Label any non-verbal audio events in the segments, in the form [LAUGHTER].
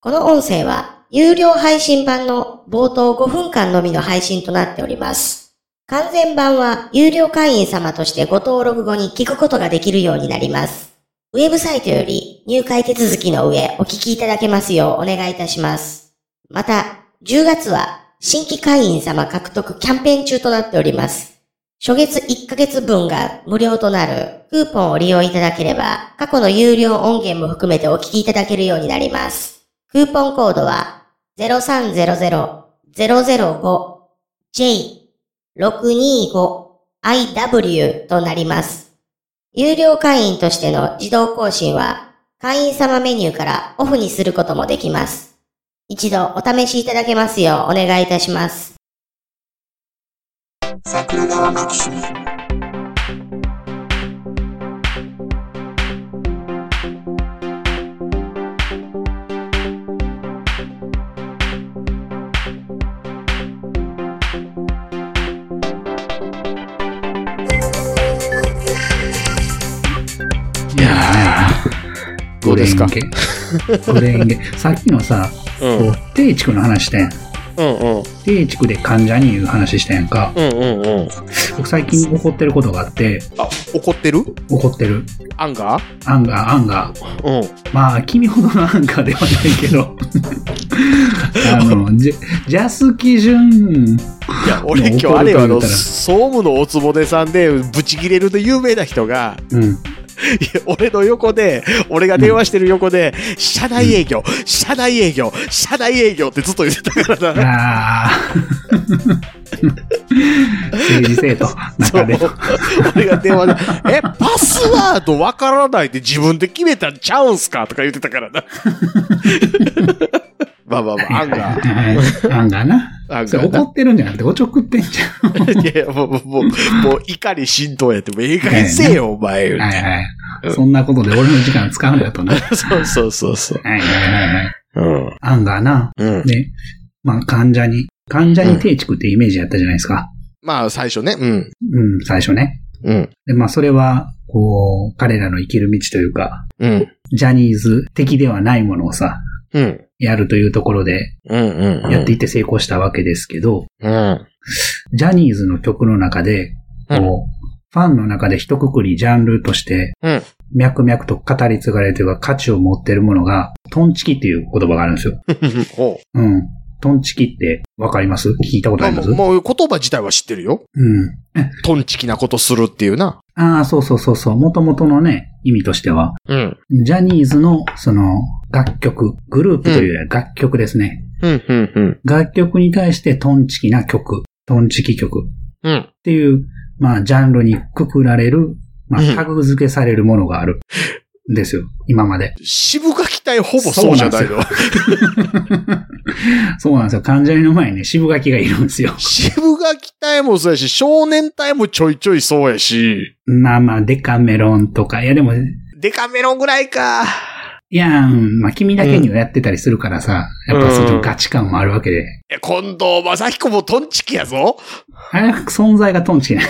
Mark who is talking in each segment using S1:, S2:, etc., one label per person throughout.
S1: この音声は有料配信版の冒頭5分間のみの配信となっております。完全版は有料会員様としてご登録後に聞くことができるようになります。ウェブサイトより入会手続きの上お聞きいただけますようお願いいたします。また、10月は新規会員様獲得キャンペーン中となっております。初月1ヶ月分が無料となるクーポンを利用いただければ、過去の有料音源も含めてお聞きいただけるようになります。クーポンコードは 0300-005J625IW となります。有料会員としての自動更新は、会員様メニューからオフにすることもできます。一度お試しいただけますようお願いいたします。
S2: 桜川マキシム
S3: いやー
S4: どうですか
S3: ゴレンゲ。 [LAUGHS] さっきのさ、
S4: う
S3: こ
S4: ん
S3: う定畜の話したやん。
S4: うんうん
S3: 定畜で患者に言う話したやんか。
S4: うんうんうん
S3: 僕最近怒ってることがあって、
S4: あ怒ってる
S3: 怒ってる。
S4: アンガー
S3: アンガー、アンガー。
S4: うん
S3: まあ、君ほどのアンガーではないけど。 [LAUGHS] あの、ジャジャス基準。
S4: いや俺
S3: も
S4: 今
S3: う
S4: 日あれよあ
S3: 怒ると言う
S4: の
S3: たら
S4: 総務のおつぼねさんでブチ切れるで有名な人が
S3: うん。
S4: いや俺の横で俺が電話してる横で、社内営業社内営業社内営業ってずっと言ってたからな
S3: あー [LAUGHS] 政治生徒、
S4: そう
S3: 中で。
S4: 俺が電話で「えパスワードわからないで自分で決めたんちゃうんすか?」とか言ってたから
S3: [LAUGHS]
S4: なまあまあまあアンガー
S3: [LAUGHS] はいはいアンガーな。
S4: アン
S3: そ
S4: ガ
S3: れ
S4: ー
S3: 怒
S4: な
S3: ってるんじゃなくて、おちょくってんじゃん。
S4: いやいやもうもうもうもう怒り浸透やってもうええ加減せえよお前言うて
S3: はいはい。そんなことで俺の時間使うんだとな。は
S4: そうそうそうそう。
S3: [LAUGHS] いはいはいはい。
S4: うん。
S3: アンガーな。
S4: うん。
S3: ね。まあ患者に、患者に定畜ってイメージやったじゃないですか。
S4: まあ、最初ね。うん。
S3: うん、最初ね。
S4: うん。
S3: で、まあそれは、こう、彼らの生きる道というか、
S4: うん。
S3: ジャニーズ的ではないものをさ、
S4: うん。
S3: やるというところで
S4: うん。うん。
S3: やっていって成功したわけですけど、
S4: うん。
S3: ジャニーズの曲の中で、こう、
S4: うん
S3: ファンの中で一括りジャンルとして
S4: うん、
S3: 脈々と語り継がれるというか価値を持ってるものが、トンチキっていう言葉があるんですよ。
S4: ほう。
S3: うん。トンチキってわかります聞いたこと
S4: まあ、
S3: ありま
S4: も
S3: す
S4: う、もう言葉自体は知ってるよ。
S3: うん。
S4: トンチキなことするっていうな。
S3: ああ、そうそうそうそう。元々のね、意味としては、
S4: うん。
S3: ジャニーズの、その、楽曲、グループというよりは楽曲ですね。
S4: うん、うん、うん。
S3: 楽曲に対してトンチキな曲、トンチキ曲っ
S4: うん。
S3: ていう、まあ、ジャンルにくくられる、ま
S4: う
S3: あ、
S4: ん
S3: タグ付けされるものがある。んですよ。今まで。
S4: 渋垣隊ほぼそうじゃないの。。
S3: そうなんですよ。関ジャニの前にね、渋垣がいるんですよ
S4: 渋垣隊もそうやし、少年隊もちょいちょいそうやし、
S3: まあまあ、デカメロンとか。いや、でも、
S4: デカメロンぐらいか。
S3: いやー、うんまあ、君だけにはやってたりするからさ、
S4: うん
S3: やっぱそのガチ感もあるわけで。
S4: え、近藤正彦もトンチキやぞ。
S3: あれ、存在がトンチキ
S4: [LAUGHS]
S3: ない。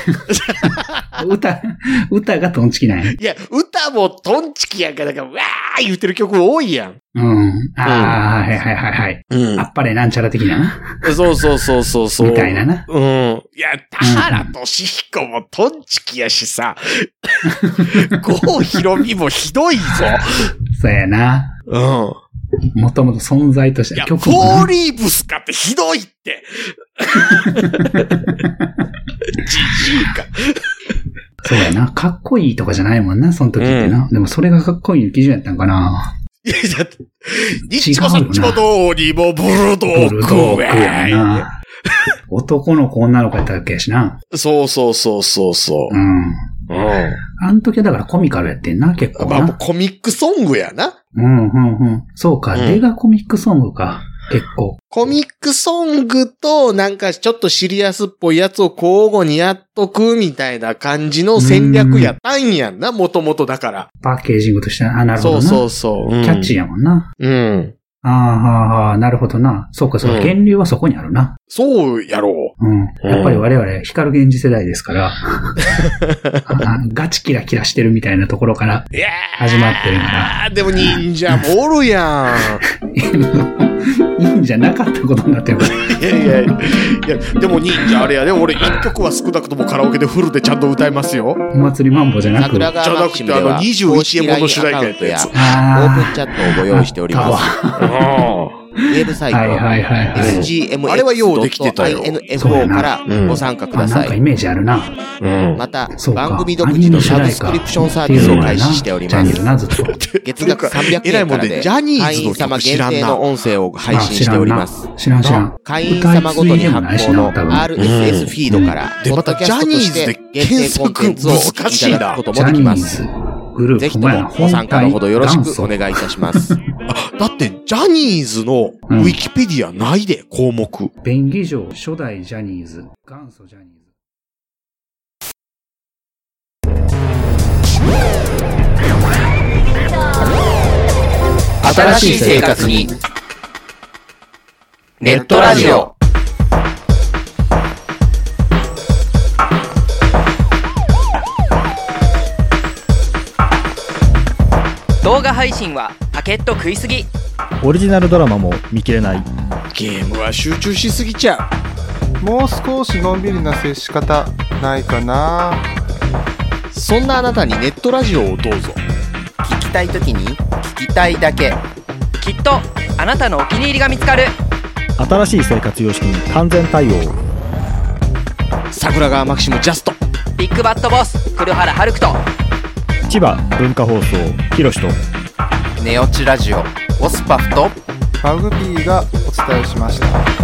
S3: 歌、歌がトンチキない。
S4: いや、歌もトンチキやんか、だから、うわー言ってる曲多いやん。
S3: うん。ああ、はいはいはいはい。
S4: うん
S3: あっぱれなんちゃら的な。
S4: そうそうそうそうそう。
S3: みたいなな。
S4: うん。いや、田原俊彦もトンチキやし
S3: [LAUGHS]
S4: さ、郷ひろみもひどいぞ。
S3: そうやな。
S4: うん。
S3: もともと存在とし
S4: い
S3: て
S4: や、フ
S3: 曲も
S4: ォー
S3: な。
S4: リーブスかってひどいって。じじいか。
S3: そうやな。かっこいいとかじゃないもんな、その時ってな。でもそれがかっこいい基準やったんかな。
S4: いや、だって、ニッチもサッチもどうにもブルド
S3: ブ
S4: ッ
S3: ルドー
S4: グ
S3: ク
S4: や
S3: やな。男の子女の子やったっけやしな。
S4: そうそうそうそうそうう。
S3: ん。
S4: うん。
S3: あの時はだからコミカルやってんな、結構
S4: まあ、
S3: な。
S4: コミックソングやな。
S3: うん、うん、うん。そうか、
S4: うん
S3: 映画コミックソングか。結構。
S4: コミックソングと、なんかちょっとシリアスっぽいやつを交互にやっとくみたいな感じの戦略やったんやんな、もともとだから。
S3: パッケージングとして、あ、なるほど
S4: そ
S3: な。
S4: うそうそう。
S3: キャッチーやもんな。
S4: うん。
S3: ああ、はあ、なるほどな。そうか、そうか、
S4: うん
S3: 源流はそこにあるな。
S4: そうやろ
S3: うん。やっぱり我々、光源氏世代ですから、あガチキラキラしてるみたいなところから、 [LAUGHS]
S4: う。いやー
S3: 始まってるんだ
S4: でも忍者もおるや
S3: [LAUGHS]
S4: ん。
S3: いいんじゃなかったことになってるから。
S4: いやいやいや、でも忍者あれやで、俺一曲は少なくともカラオケでフルでちゃんと歌いますよ。
S3: お祭りマンボじゃなく、
S2: 桜
S3: あ
S2: 川マキシム
S4: じ
S2: で
S4: ゃなく
S2: は
S4: てあの21円もの主題歌やったやつ
S2: 公式 LINE アカウントやオープ
S3: あ
S2: ンチャットをご用意しており
S3: あった
S2: ま
S3: わ
S2: す。
S4: あ
S2: ウェブサイト、
S3: はいはいはいはい
S2: sgmx.info
S4: あれはようできてたよ
S2: からご参加く
S3: あ、
S2: だ
S3: な
S2: さ
S3: んかイ
S2: い。
S3: メージあるな。
S4: うん。
S2: また
S3: そう、か。
S2: 番組独自のサブスクリプションサービスを開始しており
S3: ア
S2: ま
S3: ニメ
S2: す
S3: の。主題歌っていうのはなジャニーズな、ずっと。
S2: 月額300
S4: えらい
S2: 円
S4: も
S2: か
S4: ん
S2: ら
S4: で
S2: で、
S4: ジャニー
S2: 会
S4: ズ
S2: 員
S4: の
S2: 様
S4: 曲知
S2: 限
S4: らん
S2: 定
S4: な
S2: の。音声を配信しております。
S3: 知らん知らん。
S2: 会員様ごとに発行の RSS フィードから、
S4: で
S2: ポッ
S4: ま
S2: ド
S4: た
S2: キャストとして限定コンテンツをお聞きいただくこと
S3: ジ
S2: も
S3: ャニ
S2: できま
S3: ー
S2: す
S3: ズ。グルー
S2: ぜ
S3: プ、
S2: ひ
S3: ほ
S2: と
S3: んまやな
S2: もご参
S3: 本
S2: 加の
S3: 体
S2: ほどよろしくお
S3: 元
S2: 願いいたします。
S4: だって、ジャニーズのウィキペディアないで、項目。
S3: 祖便宜上、初代ジャニーズ、元祖ジャニーズ。
S5: 新しい生活に。ネットラジオ。
S6: 動画配信はパケット食いすぎ
S7: オリジナルドラマも見切れない
S4: ゲームは集中しすぎちゃう。
S8: もう少しのんびりな接し方ないかな
S4: そんなあなたにネットラジオをどうぞ。
S5: 聞きたいときに聞きたいだけ。
S6: きっとあなたのお気に入りが見つかる
S7: 新しい生活様式に完全対応
S4: 桜川マキシムジャスト。
S6: ビッグバットボス黒原遥人
S7: 千葉文化放送ひろしと
S5: ネオチラジオ。オスパフと
S8: マグピーがお伝えしました